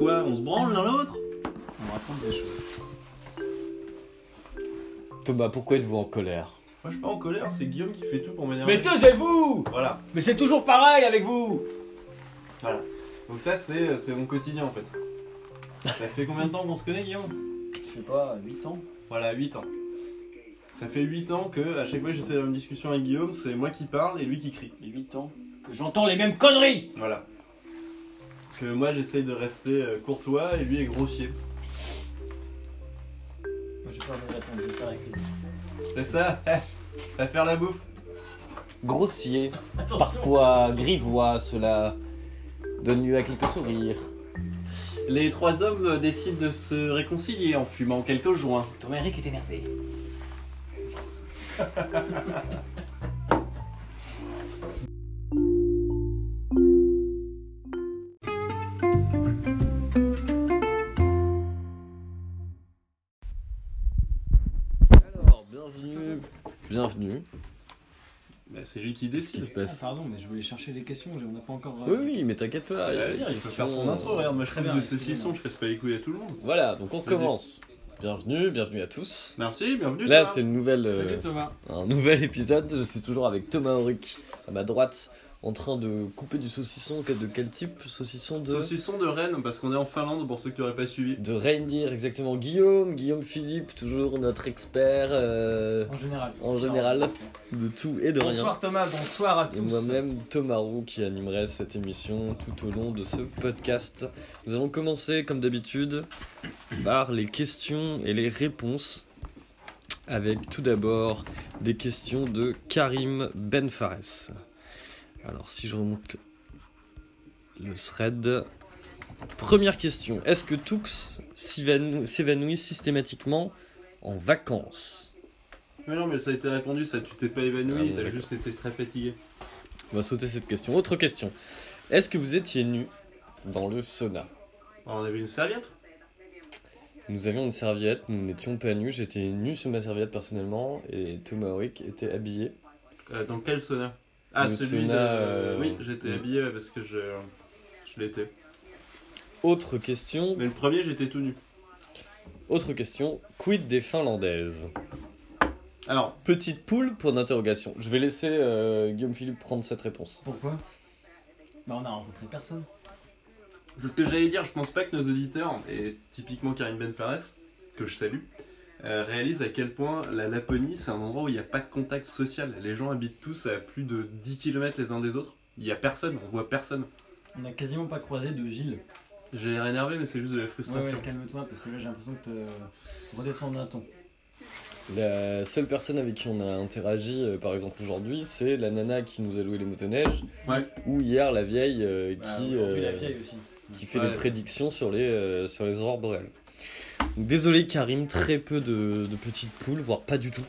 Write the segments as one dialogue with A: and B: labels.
A: on se branle l'un l'autre. On raconte des choses.
B: Thomas, pourquoi êtes-vous en colère
A: Moi, je suis pas en colère, c'est Guillaume qui fait tout pour m'énerver.
C: Mais taisez-vous
A: Voilà.
C: Mais c'est toujours pareil avec vous
A: Voilà. Donc ça, c'est c'est mon quotidien en fait. Ça fait combien de temps qu'on se connaît, Guillaume
B: Je sais pas, 8 ans
A: Voilà, 8 ans. Ça fait 8 ans que à chaque fois que j'essaie d'avoir une discussion avec Guillaume, c'est moi qui parle et lui qui crie.
C: Les 8 ans que j'entends les mêmes conneries
A: Voilà. Que moi j'essaye de rester euh, courtois et lui est grossier.
C: Moi j'ai peur de répondre, je vais faire la cuisine.
A: C'est ça Va faire la bouffe
B: Grossier,
C: Attention.
B: parfois grivois, cela donne lieu à quelques sourires.
A: Les trois hommes euh, décident de se réconcilier en fumant quelques joints.
C: Ton Eric est énervé.
B: Alors, bienvenue. Bienvenue.
A: Bah, c'est lui qui
B: Qu'est-ce qui se
A: décide.
B: passe
D: pardon, mais je voulais chercher des questions, on n'a pas encore.
B: Oui, oui, mais t'inquiète pas.
A: Il
B: Ah, il y a
A: peut
B: des questions.
A: faire son intro, regarde, moi je
D: Très
A: trouve
D: bien,
A: de
D: excusez-moi.
A: saucisson, je casse pas les couilles à tout le monde.
B: Voilà, donc on
A: Vas-y.
B: recommence. Bienvenue, bienvenue à tous.
A: Merci, bienvenue.
B: Là,
A: Thomas.
B: c'est une nouvelle, euh,
D: Salut Thomas.
B: un nouvel épisode. Je suis toujours avec Thomas Henric à ma droite, en train de couper du saucisson. que- De quel type Saucisson de
A: Saucisson de Rennes, parce qu'on est en Finlande pour ceux qui n'auraient pas suivi.
B: de reindeer, exactement. Guillaume, Guillaume Philippe, toujours notre expert euh,
D: En général.
B: en général de tout et de rien.
D: Bonsoir Thomas, bonsoir à
B: Et
D: tous.
B: moi-même, Thomas Roux, qui animerait cette émission tout au long de ce podcast. Nous allons commencer, comme d'habitude, par les questions et les réponses. Avec tout d'abord des questions de Karim Benfares. Alors, si je remonte le thread. Première question est-ce que Tux s'évanou- s'évanouit systématiquement en vacances
A: Mais non, mais ça a été répondu, ça tu t'es pas
B: Ah
A: évanoui,
B: bon,
A: t'as
B: d'accord.
A: juste été très fatigué.
B: On va sauter cette question. Autre question. Est-ce que vous étiez nu dans le sauna
A: Alors, on avait une serviette
B: Nous avions une serviette, nous n'étions pas nus. J'étais nu sur ma serviette personnellement et Thomas Auric était habillé.
A: Euh, Dans quel sauna Ah,
B: Le
A: celui
B: sauna,
A: de.
B: euh,
A: Oui, j'étais
B: oui.
A: habillé ouais, parce que je. Je l'étais.
B: Autre question,
A: Mais le premier, j'étais tout nu.
B: autre question. Quid des Finlandaises
A: Alors,
B: Petite poule pour d'interrogation. Je vais laisser euh, Guillaume Philippe prendre cette réponse.
D: Pourquoi Bah, on a rencontré personne.
A: c'est ce que j'allais dire, je pense pas que nos auditeurs, et typiquement Karine Benfares, que je salue, euh, réalisent à quel point la Laponie, c'est un endroit où il n'y a pas de contact social. Les gens habitent tous à plus de 10 km les uns des autres. Il n'y a personne, on voit personne.
D: On a quasiment pas croisé de Gilles.
A: J'ai l'air énervé, mais c'est juste de la
D: Ouais,
A: frustration.
D: ouais, calme-toi parce que là j'ai l'impression que te redescends d'un
B: Bah,
D: ton.
B: La seule personne avec qui on a interagi, euh, par exemple aujourd'hui, c'est la nana qui nous a loué les motoneiges.
A: Ouais.
B: Ou hier la vieille euh, qui.
D: Bah, Aujourd'hui
B: euh,
D: la vieille aussi.
B: qui fait
A: Ouais.
B: des prédictions sur les, euh, sur les aurores boréales. Donc, désolé Karim, très peu de, de petites poules, voire pas du tout.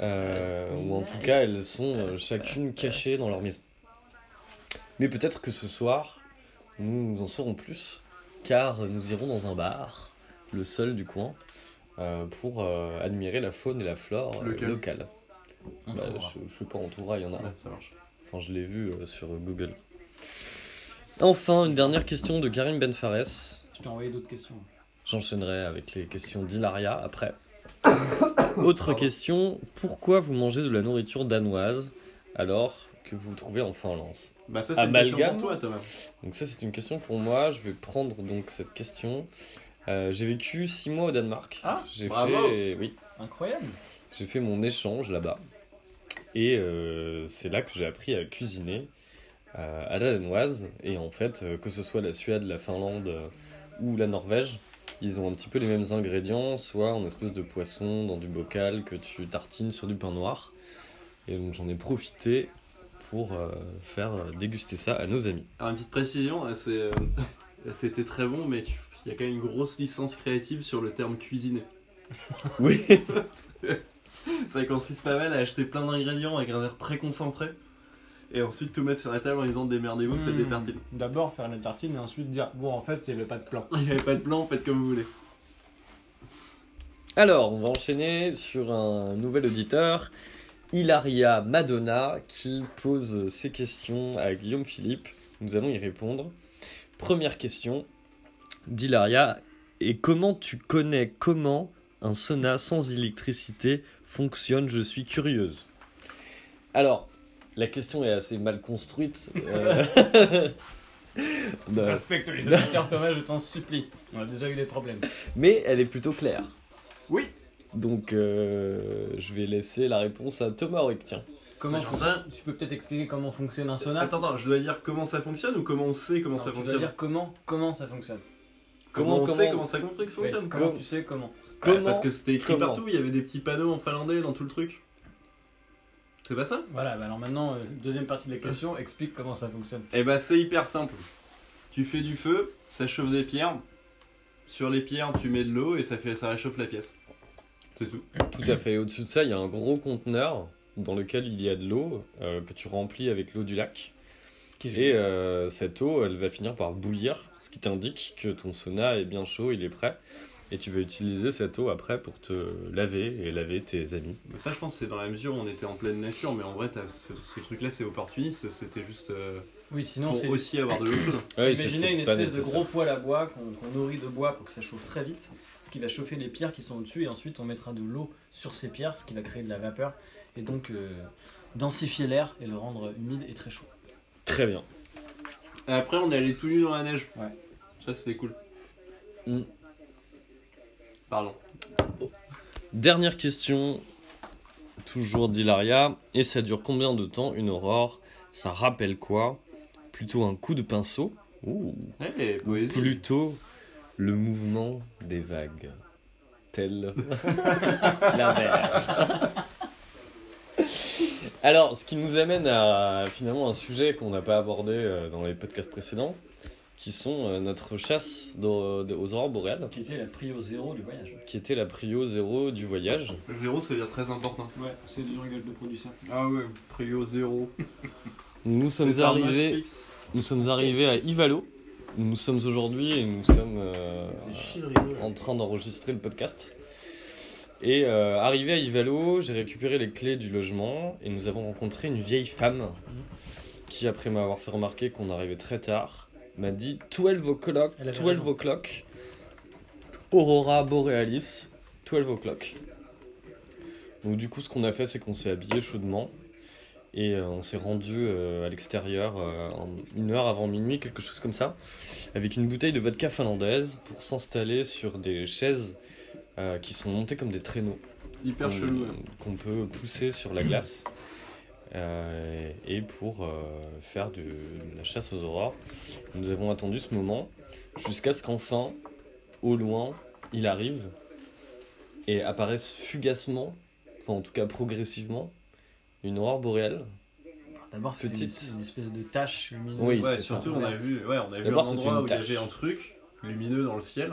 B: Euh, ou en tout cas, elles sont euh, chacune cachées dans leur maison. Mais peut-être que ce soir, nous en saurons plus, car nous irons dans un bar, le seul du coin, euh, pour euh, admirer la faune et la flore euh,
A: Lequel
B: locale.
D: On
B: Bah,
D: trouvera. Bah,
B: je, je sais pas, en Toura, il y en a. un.
A: Ouais, ça marche.
B: Enfin, je l'ai vu euh, sur Google. Enfin, une dernière question de Karim Benfares.
D: Je t'ai envoyé d'autres questions.
B: J'enchaînerai avec les questions d'Hilaria après. Autre question, pourquoi vous mangez de la nourriture danoise alors que vous vous trouvez en Finlande
A: Bah, ça, c'est une
B: Amalgame.
A: question pour toi, Thomas.
B: Donc ça c'est une question pour moi, je vais prendre donc cette question. Euh, j'ai vécu six mois au Danemark.
D: Ah,
B: j'ai
A: bravo.
B: fait, oui,
D: Incroyable
B: j'ai fait mon échange là-bas. Et euh, c'est là que j'ai appris à cuisiner euh, à la danoise. Et en fait, euh, que ce soit la Suède, la Finlande euh, ou la Norvège, ils ont un petit peu les mêmes ingrédients, soit en espèce de poisson dans du bocal que tu tartines sur du pain noir. Et donc j'en ai profité pour euh, faire euh, déguster ça à nos amis.
A: Alors, une petite précision, euh, c'est, euh, c'était très bon, mais tu- il y a quand même une grosse licence créative sur le terme cuisiner.
B: Oui,
A: Ça consiste pas mal à acheter plein d'ingrédients avec un air très concentré, et ensuite tout mettre sur la table en disant démerdez-vous, faites des
D: Hmm.
A: tartines.
D: D'abord faire une tartine et ensuite dire bon en fait il n'y avait pas de plan.
A: Il n'y avait pas de plan, faites comme vous voulez.
B: Alors, on va enchaîner sur un nouvel auditeur, Hilaria Madonna, qui pose ses questions à Guillaume Philippe. Nous allons y répondre. Première question. d'Hilaria et comment tu connais comment un sauna sans électricité fonctionne Je suis curieuse. Alors, la question est assez mal construite. euh. Non.
D: Respecte les auditeurs, Thomas, je t'en supplie. On a déjà eu des problèmes.
B: Mais elle est plutôt claire.
A: Oui.
B: Donc, euh, je vais laisser la réponse à Thomas Auric, tiens.
D: Comment
A: Genre ça-
D: Tu peux peut-être expliquer comment fonctionne un sauna
A: Attends, attends, je dois dire comment ça fonctionne ou comment on sait comment
D: Non,
A: ça
D: tu dois
A: fonctionne
D: dire comment, comment ça fonctionne.
A: Comment, on
B: Comment-
A: sait
B: comment-
A: comment ça construit que
D: Ouais,
A: fonctionne
D: comment
B: Comment-
D: tu sais comment
A: Ouais,
B: Comment
A: Parce que c'était écrit
B: comment
A: partout, il y avait des petits panneaux en finlandais dans tout le truc. C'est pas ça
D: Voilà, bah alors maintenant, euh, deuxième partie de la question, explique comment ça fonctionne.
A: Eh ben c'est hyper simple. Tu fais du feu, ça chauffe des pierres. Sur les pierres, tu mets de l'eau et ça fait ça réchauffe la pièce. C'est tout.
B: Tout à fait. Au-dessus de ça, il y a un gros conteneur dans lequel il y a de l'eau euh, que tu remplis avec l'eau du lac. Et euh, cette eau, elle va finir par bouillir, ce qui t'indique que ton sauna est bien chaud, il est prêt. Et tu vas utiliser cette eau après pour te laver et laver tes amis.
A: Mais ça, je pense, que c'est dans la mesure où on était en pleine nature, mais en vrai, t'as ce, ce truc-là, c'est opportuniste. C'était juste euh,
D: Oui, sinon,
A: pour
D: c'est.
A: aussi avoir de l'eau chaude.
B: Ouais,
D: Imaginez
B: c'était
D: une
B: pas
D: espèce de
B: nécessaire.
D: gros poêle à bois qu'on qu'on nourrit de bois pour que ça chauffe très vite, ce qui va chauffer les pierres qui sont dessus, et ensuite on mettra de l'eau sur ces pierres, ce qui va créer de la vapeur, et donc euh, densifier l'air et le rendre humide et très chaud.
B: Très bien.
A: Et après, on est allé tout nu dans la neige.
D: Ouais.
A: Ça, c'était cool.
B: Mm.
A: Pardon.
B: Dernière question, toujours d'Hilaria. Et ça dure combien de temps une aurore Ça rappelle quoi Plutôt un coup de pinceau Ouh.
A: Eh, poésie.
B: Plutôt le mouvement des vagues. Tel la mer. Alors, ce qui nous amène à finalement un sujet qu'on n'a pas abordé euh, dans les podcasts précédents, qui sont euh, notre chasse d'au- aux aurores boréales,
D: Qui était la prio zéro du voyage.
B: qui était la prio zéro du voyage.
A: Zéro, ça veut dire très important.
D: Ouais, c'est du langage de producteur.
A: Ah ouais. Prio zéro.
B: Nous sommes
A: C'est un match
B: arrivés,
A: fixe.
B: nous sommes arrivés à Ivalo. Nous sommes aujourd'hui et nous sommes euh,
D: Ah.
B: en train d'enregistrer le podcast. Et euh, arrivé à Ivalo, j'ai récupéré les clés du logement et nous avons rencontré une vieille femme qui, après m'avoir fait remarquer qu'on arrivait très tard, m'a dit 12 o'clock,
D: Elle avait
B: 12
D: raison.
B: o'clock, Aurora Borealis, 12 o'clock. Donc, du coup, ce qu'on a fait, c'est qu'on s'est habillé chaudement et euh, on s'est rendu euh, à l'extérieur euh, en- une heure avant minuit, quelque chose comme ça, avec une bouteille de vodka finlandaise pour s'installer sur des chaises euh, qui sont montées comme des traîneaux
A: Hyper
B: qu'on
A: chelou. ouais.
B: qu'on peut pousser sur la glace euh, et pour euh, faire de, de la chasse aux aurores. Nous avons attendu ce moment jusqu'à ce qu'enfin, au loin, il arrive et apparaisse fugacement, enfin en tout cas progressivement, une aurore boréale.
D: D'abord, c'était une,
B: Petite.
D: espèce- une espèce de tache lumineuse.
B: Oui,
A: Ouais,
B: c'est
A: surtout
D: ça.
A: on a vu, ouais, on a vu un
B: D'abord, c'était
A: endroit
B: une
A: où il y avait
B: tache.
A: un truc lumineux dans le ciel.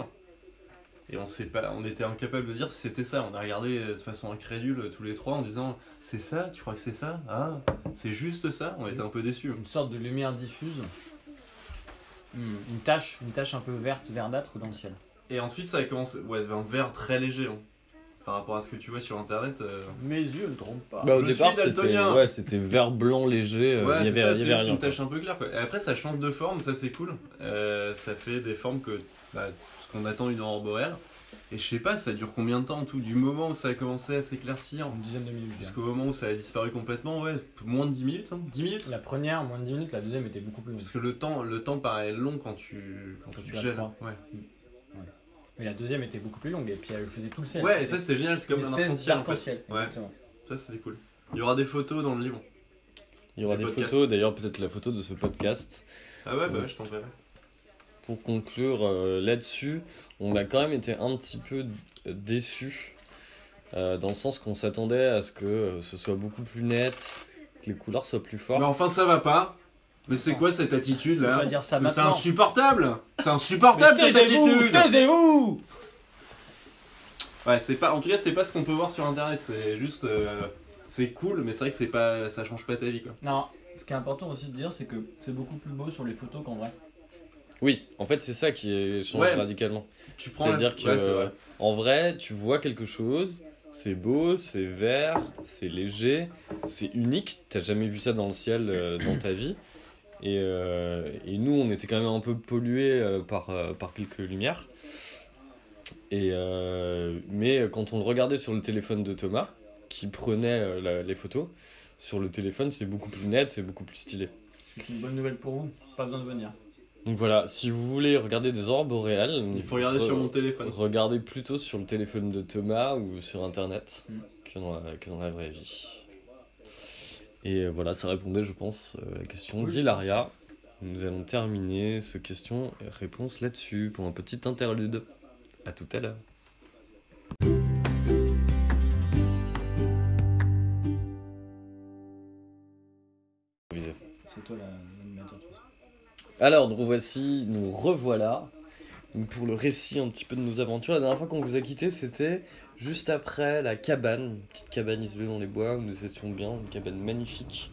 A: Et on sait pas, on était incapable de dire si c'était ça. On a regardé euh, de façon incrédule euh, tous les trois en disant c'est ça, tu crois que c'est ça Ah, c'est juste ça On était un peu déçus.
D: Une sorte de lumière diffuse. Hmm, Une tache, une tache un peu verte, verdâtre dans le ciel.
A: Et ensuite ça a commencé, ouais, un vert très léger hein. par rapport à ce que tu vois sur internet. euh,
D: Mes yeux ne trompent pas.
B: Bah, au
A: Je
B: départ,
A: suis
B: c'était
A: daltonien.
B: ouais, c'était vert blanc léger, euh,
A: Ouais,
B: il y
A: c'est
B: avait,
A: ça,
B: il
A: c'est
B: y avait
A: juste
B: rien.
A: une tache un peu claire. Quoi. Et après ça change de forme, ça c'est cool. Euh, ça fait des formes que bah, ce qu'on attend une aurore boréale. Et je sais pas, ça dure combien de temps en tout Du moment où ça a commencé à s'éclaircir
D: Une dizaine de minutes. je dirais.
A: Jusqu'au moment où ça a disparu complètement, ouais, moins de 10 minutes. Hein. 10 minutes
D: La première, moins de 10 minutes, la deuxième était beaucoup plus longue.
A: Parce que le temps, le temps paraît long quand tu, quand
D: Quand
A: tu
D: tu as
A: gèles.
D: froid.
A: Ouais,
D: Mais la deuxième était beaucoup plus longue et puis elle faisait tout le ciel.
A: ouais et ça c'était génial, c'est
D: une
A: comme un
D: espèce
A: arc-en-ciel. en fait.
D: d'arc-en-ciel.
A: Ouais.
D: Exactement.
A: Ça c'était cool. Il y aura des photos dans le livre.
B: Il y aura
A: Le
B: des
A: podcast.
B: photos, d'ailleurs, peut-être la photo de ce podcast.
A: Ah ouais, bah
B: Ouais.
A: je t'enverrai.
B: pour conclure euh, là-dessus, on a quand même été un petit peu déçus, euh, dans le sens qu'on s'attendait à ce que euh, ce soit beaucoup plus net, que les couleurs soient plus fortes.
A: Mais enfin ça va pas. Mais c'est quoi cette attitude
D: On va
A: là
D: dire ça
A: Mais c'est
D: maintenant.
A: insupportable C'est
D: Mais
A: insupportable cette
D: Taisez-vous
A: attitude
D: Taisez-vous
A: Ouais, c'est pas, en tout cas, c'est pas ce qu'on peut voir sur internet, c'est juste. euh, c'est cool, mais c'est vrai que c'est pas, ça change pas ta vie quoi.
D: Non, ce qui est important aussi de dire, c'est que c'est beaucoup plus beau sur les photos qu'en vrai.
B: Oui, en fait, c'est ça qui est- change
A: Ouais.
B: radicalement.
A: Tu prends.
B: C'est-à-dire
A: la-
B: que, euh,
A: Ouais, c'est vrai.
B: en vrai, tu vois quelque chose, c'est beau, c'est vert, c'est léger, c'est unique. T'as jamais vu ça dans le ciel euh, dans ta vie. Et, euh, et nous, on était quand même un peu pollués euh, par, euh, par quelques lumières. Et, euh, mais quand on le regardait sur le téléphone de Thomas, qui prenait euh, la- les photos, sur le téléphone, c'est beaucoup plus net, c'est beaucoup plus stylé.
D: C'est une bonne nouvelle pour vous, pas besoin de venir.
B: Donc voilà, si vous voulez regarder des orbes boréales,
A: Il faut regarder sur mon téléphone.
B: Regardez plutôt sur le téléphone de Thomas ou sur internet
D: Mm.
B: que, dans la, que dans la vraie vie. Et euh, voilà, ça répondait, je pense, euh, à la question
D: Oui, je
B: d'Hilaria. Nous allons terminer ce question-réponse là-dessus pour un petit interlude. À tout à l'heure. Visé.
D: C'est toi la- l'animateur. de toute façon.
B: Alors, nous voici, nous revoilà Donc, pour le récit un petit peu de nos aventures. La dernière fois qu'on vous a quitté, c'était juste après la cabane, une petite cabane isolée dans les bois où nous étions bien, une cabane magnifique.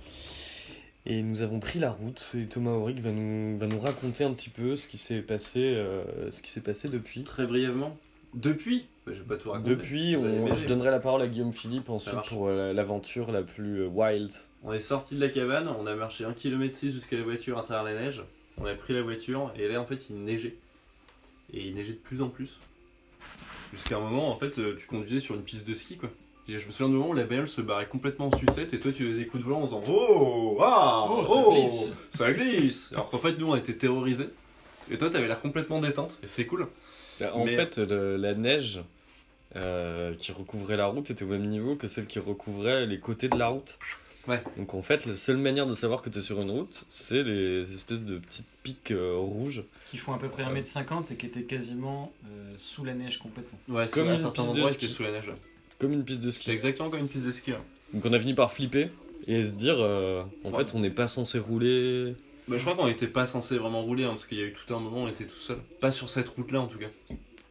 B: Et nous avons pris la route et Thomas Auric va nous, va nous raconter un petit peu ce qui s'est passé, euh, ce qui s'est passé depuis.
A: Très brièvement. Depuis bah, Je vais pas tout raconter.
B: Depuis,
A: Vous avez
B: on-
A: aimé.
B: je donnerai la parole à Guillaume Philippe ensuite
A: marche.
B: pour euh, l'aventure la plus euh, wild.
A: On est sorti de la cabane, on a marché 1,6 km jusqu'à la voiture à travers la neige. On a pris la voiture et là en fait il neigeait. Et il neigeait de plus en plus. Jusqu'à un moment en fait euh, tu conduisais sur une piste de ski quoi. Et je me souviens du moment où la bagnole se barrait complètement en sucette et toi tu faisais des coups de volant en faisant Oh Ah
D: Oh, ça glisse.
A: Ça glisse Alors qu'en fait nous on était terrorisés. Et toi t'avais l'air complètement détente et c'est cool.
B: Bah, En
A: Mais-
B: fait, le- la neige euh, qui recouvrait la route était au même niveau que celle qui recouvrait les côtés de la route.
A: Ouais.
B: Donc en fait, la seule manière de savoir que tu es sur une route, c'est les espèces de petites piques euh, rouges.
D: Qui font à peu près 1m50 et qui étaient quasiment euh, sous la neige complètement.
A: Ouais,
B: Comme
A: à
B: une
A: certains
B: piste de
A: endroits,
B: ski.
A: c'était sous la neige.
B: Comme une piste de
A: C'est
B: ski.
A: exactement comme une piste de ski. hein.
B: Donc on a fini par flipper et se dire, euh, en
A: Ouais.
B: fait, on n'est pas censé rouler.
A: Bah, je crois qu'on n'était pas censé vraiment rouler, hein, parce qu'il y a eu tout un moment où on était tout seul. Pas sur cette route-là, en tout cas.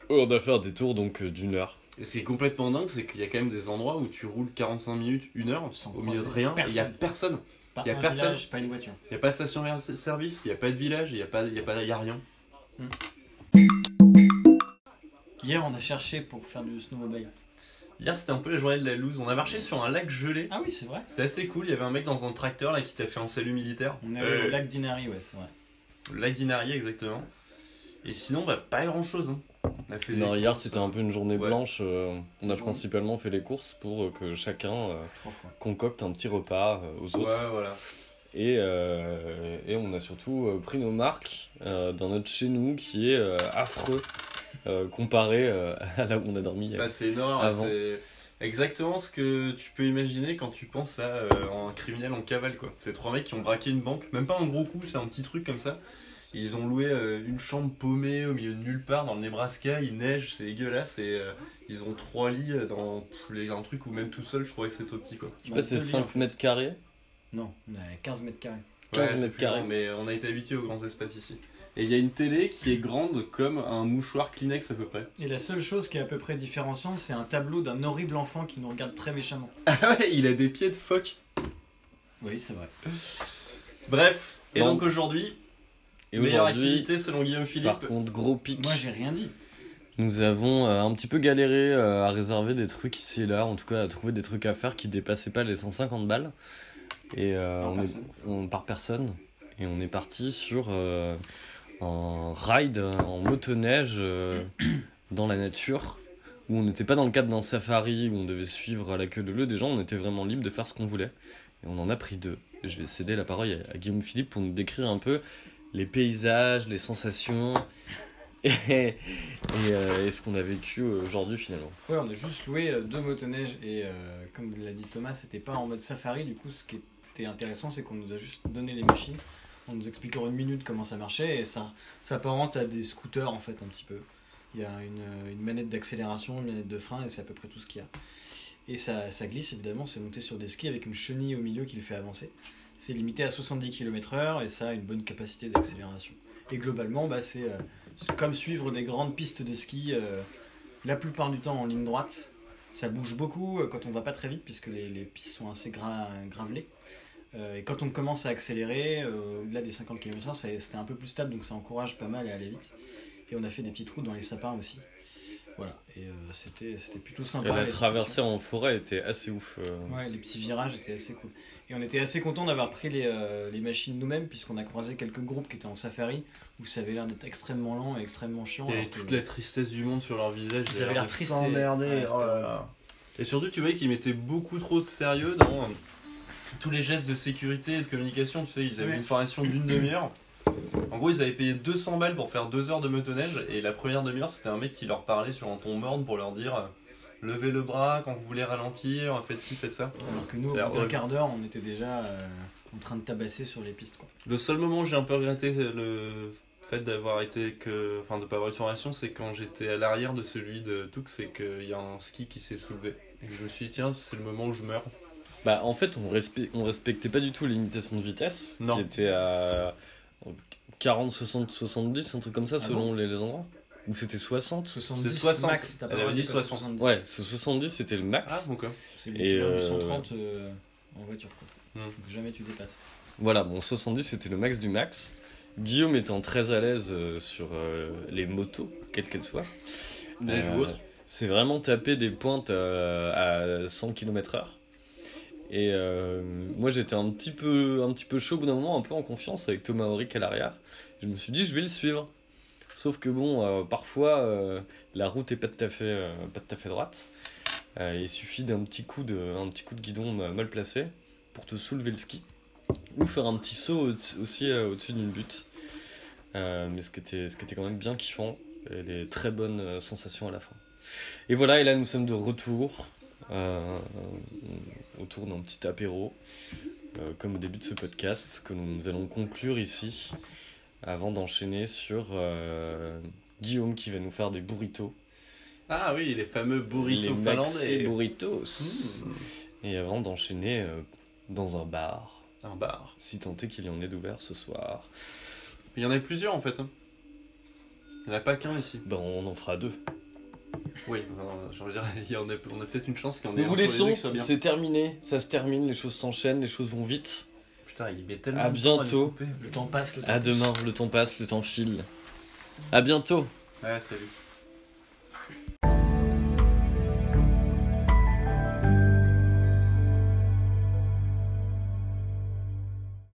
B: Oh, on a fait un détour donc euh, d'une heure.
A: Et ce qui est complètement dingue, c'est qu'il y a quand même des endroits où tu roules 45 minutes, 1 heure,
D: Sans
A: au milieu de
D: croiser
A: rien, et il n'y a
D: personne.
A: personne.
D: Pas
A: Y a
D: un
A: personne.
D: village, pas une voiture.
A: Il n'y a pas de station-service, il n'y a pas de village, il n'y a, pas- y a, pas- y a rien.
D: Hier, on a cherché pour faire du snowmobile.
A: Hier, c'était un peu la journée de la loose. On a marché sur un lac gelé.
D: Ah oui, c'est vrai.
A: C'était assez cool, il y avait un mec dans un tracteur là qui t'a fait un salut militaire.
D: On est
A: Euh,
D: allé au lac d'Inari, ouais, c'est vrai.
A: le lac d'Inari, exactement. Et sinon, bah, pas grand chose. On a fait
B: Non,
A: des-
B: hier c'était un peu une journée
A: Ouais.
B: blanche. euh, on a
A: Journée.
B: principalement fait les courses pour euh, que chacun euh,
D: Trois fois.
B: concocte un petit repas euh, aux autres.
A: Ouais, voilà.
B: Et, euh, et on a surtout euh, pris nos marques euh, dans notre chez nous qui est euh, affreux euh, comparé euh, à là où on a dormi.
A: Bah, c'est énorme,
B: Avant.
A: c'est exactement ce que tu peux imaginer quand tu penses à euh, un criminel en cavale quoi. C'est trois mecs qui ont braqué une banque, même pas un gros coup, c'est un petit truc comme ça. Et ils ont loué euh, une chambre paumée au milieu de nulle part dans le Nebraska, il neige, c'est dégueulasse et euh, ils ont trois lits euh, dans pff, les- un truc où même tout seul je trouvais que c'était au petit quoi.
B: je sais pas, c'est 5 mètres carrés.
D: Non, on est à 15 mètres carrés.
B: 15
A: c'est
B: mètres
A: plus grand,
B: carrés.
A: Mais on a été habitué aux grands espaces ici. Et il y a une télé qui est grande comme un mouchoir Kleenex à peu près.
D: Et la seule chose qui est à peu près différenciante, c'est un tableau d'un horrible enfant qui nous regarde très méchamment.
A: Ah ouais, il a des pieds de phoque.
D: Oui, c'est vrai.
A: Bref, et
B: Bon.
A: donc aujourd'hui,
B: Et
A: Meilleure
B: aujourd'hui,
A: activité selon Guillaume Philippe.
B: par contre, gros pic.
D: Moi, j'ai rien dit.
B: Nous avons euh, un petit peu galéré euh, à réserver des trucs ici et là, en tout cas à trouver des trucs à faire qui dépassaient pas les 150 balles. Et euh,
D: Par
B: on est-
D: personne.
B: on- par personne. Et on est parti sur euh, un ride en motoneige euh, dans la nature où on n'était pas dans le cadre d'un safari où on devait suivre à la queue de l'eau des gens, on était vraiment libre de faire ce qu'on voulait. Et on en a pris deux. Et Je vais céder la parole à, à Guillaume Philippe pour nous décrire un peu les paysages, les sensations et, et, euh, et ce qu'on a vécu aujourd'hui finalement.
D: Ouais, on a juste loué euh, deux motoneiges et euh, comme l'a dit Thomas, c'était pas en mode safari. Du coup, ce qui était intéressant, c'est qu'on nous a juste donné les machines. On nous expliquait en une minute comment ça marchait et ça s'apparente à des scooters en fait un petit peu. Il y a une, euh, une manette d'accélération, une manette de frein et c'est à peu près tout ce qu'il y a. Et ça, ça glisse évidemment, c'est monté sur des skis avec une chenille au milieu qui le fait avancer. C'est limité à 70 km/h et ça a une bonne capacité d'accélération. Et globalement, bah, c'est euh, comme suivre des grandes pistes de ski. euh, la plupart du temps en ligne droite. Ça bouge beaucoup euh, quand on va pas très vite, puisque les, les pistes sont assez gra- gravelées. Euh, et quand on commence à accélérer, euh, au-delà des 50 km/h, ça- c'était un peu plus stable, donc ça encourage pas mal à aller vite. Et on a fait des petits trous dans les sapins aussi. Voilà, et euh, c'était c'était plutôt sympa.
B: Et la
D: les
B: traversée en forêt était assez ouf. euh.
D: petits- Ouais, les petits virages étaient assez cool. Et on était assez content d'avoir pris les, euh, les machines nous-mêmes, puisqu'on a croisé quelques groupes qui étaient en safari, où ça avait l'air d'être extrêmement lent et extrêmement chiant.
A: Il y
D: alors
B: euh,
A: avait
D: que-
A: toute la tristesse du monde sur leur visage.
D: Ils avaient l'air
A: de
D: tristes et-
A: s'emmerder,
D: ouais,
A: oh là là. Et surtout, tu voyais qu'ils mettaient beaucoup trop de sérieux dans tous les gestes de sécurité et de communication. Tu sais, ils avaient
D: Ouais.
A: une formation d'une demi-heure. En gros, ils avaient payé 200 balles pour faire deux heures de motoneige. Et la première demi-heure, c'était un mec qui leur parlait sur un ton morne pour leur dire euh, Levez le bras quand vous voulez ralentir, faites ci, faites ça.
D: Alors que nous, au
A: Ça a l'air
D: bout d'un
A: horrible.
D: quart d'heure, on était déjà euh, en train de tabasser sur les pistes. Quoi.
A: Le seul moment où j'ai un peu regretté euh, le fait d'avoir été que. Enfin, de pas avoir eu de formation, c'est quand j'étais à l'arrière de celui de Touk, c'est qu'il y a un ski qui s'est soulevé. Et que je me suis dit, tiens, c'est le moment où je meurs.
B: Bah, en fait, on, respe- on respectait pas du tout les limitations de vitesse,
A: Non.
B: qui étaient à 40, 60, 70, un truc comme ça,
D: Ah
B: selon les, les endroits. Ou c'était 60
D: 70
A: 60.
D: max, t'as pas
A: Elle
D: le
A: avait
D: droit de
A: dit
D: dépasser
A: 60.
D: 70.
B: Ouais, ce 70 c'était le max.
A: donc.
D: C'est
B: Et,
D: l'équivalent du
B: euh,
D: 130 euh, en voiture. Quoi.
A: Hmm.
D: Faut que Jamais tu dépasses.
B: Voilà, bon, 70 c'était le max du max. Guillaume étant très à l'aise euh, sur euh, les motos, quelles qu'elles soient.
A: Des
B: Euh,
A: joueuses.
B: C'est vraiment taper des pointes euh, à 100 km/h. Et euh, moi j'étais un petit peu un petit peu chaud au bout d'un moment, un peu en confiance avec Thomas Auric à l'arrière. Je me suis dit je vais le suivre. Sauf que bon, euh, parfois euh, la route est pas tout à fait euh, pas tout à fait droite. Euh, il suffit d'un petit coup de un petit coup de guidon euh, mal placé pour te soulever le ski ou faire un petit saut au- aussi euh, au-dessus d'une butte. Euh, mais ce qui était ce qui était quand même bien kiffant et les très bonnes euh, sensations à la fin. Et voilà, et là nous sommes de retour, euh, autour d'un petit apéro, euh, comme au début de ce podcast, que nous allons conclure ici, avant d'enchaîner sur euh, Guillaume qui va nous faire des burritos.
A: Ah oui, les fameux burritos
B: Les maxi
A: finlandais.
B: burritos.
A: Mmh.
B: Et avant d'enchaîner euh, dans un bar,
A: Un bar.
B: si tant est qu'il y en ait d'ouvert ce soir.
A: Il y en a plusieurs en fait. hein. Il n'y en a pas qu'un ici.
B: Ben on en fera deux.
A: Oui, ben, j'ai envie de dire, il y en a, on a peut-être une chance qu'il y en ait
B: Nous
A: un
B: vous
A: sur les deux
B: laissons,
A: qui soit bien.
B: c'est terminé, ça se termine, les choses s'enchaînent, les choses vont vite.
A: Putain, il met tellement
B: À
A: de temps les
B: bientôt.
A: couper.
D: Le temps passe. le temps
B: À
D: passe.
B: demain, le temps passe, le temps file. À bientôt.
A: Ouais, salut.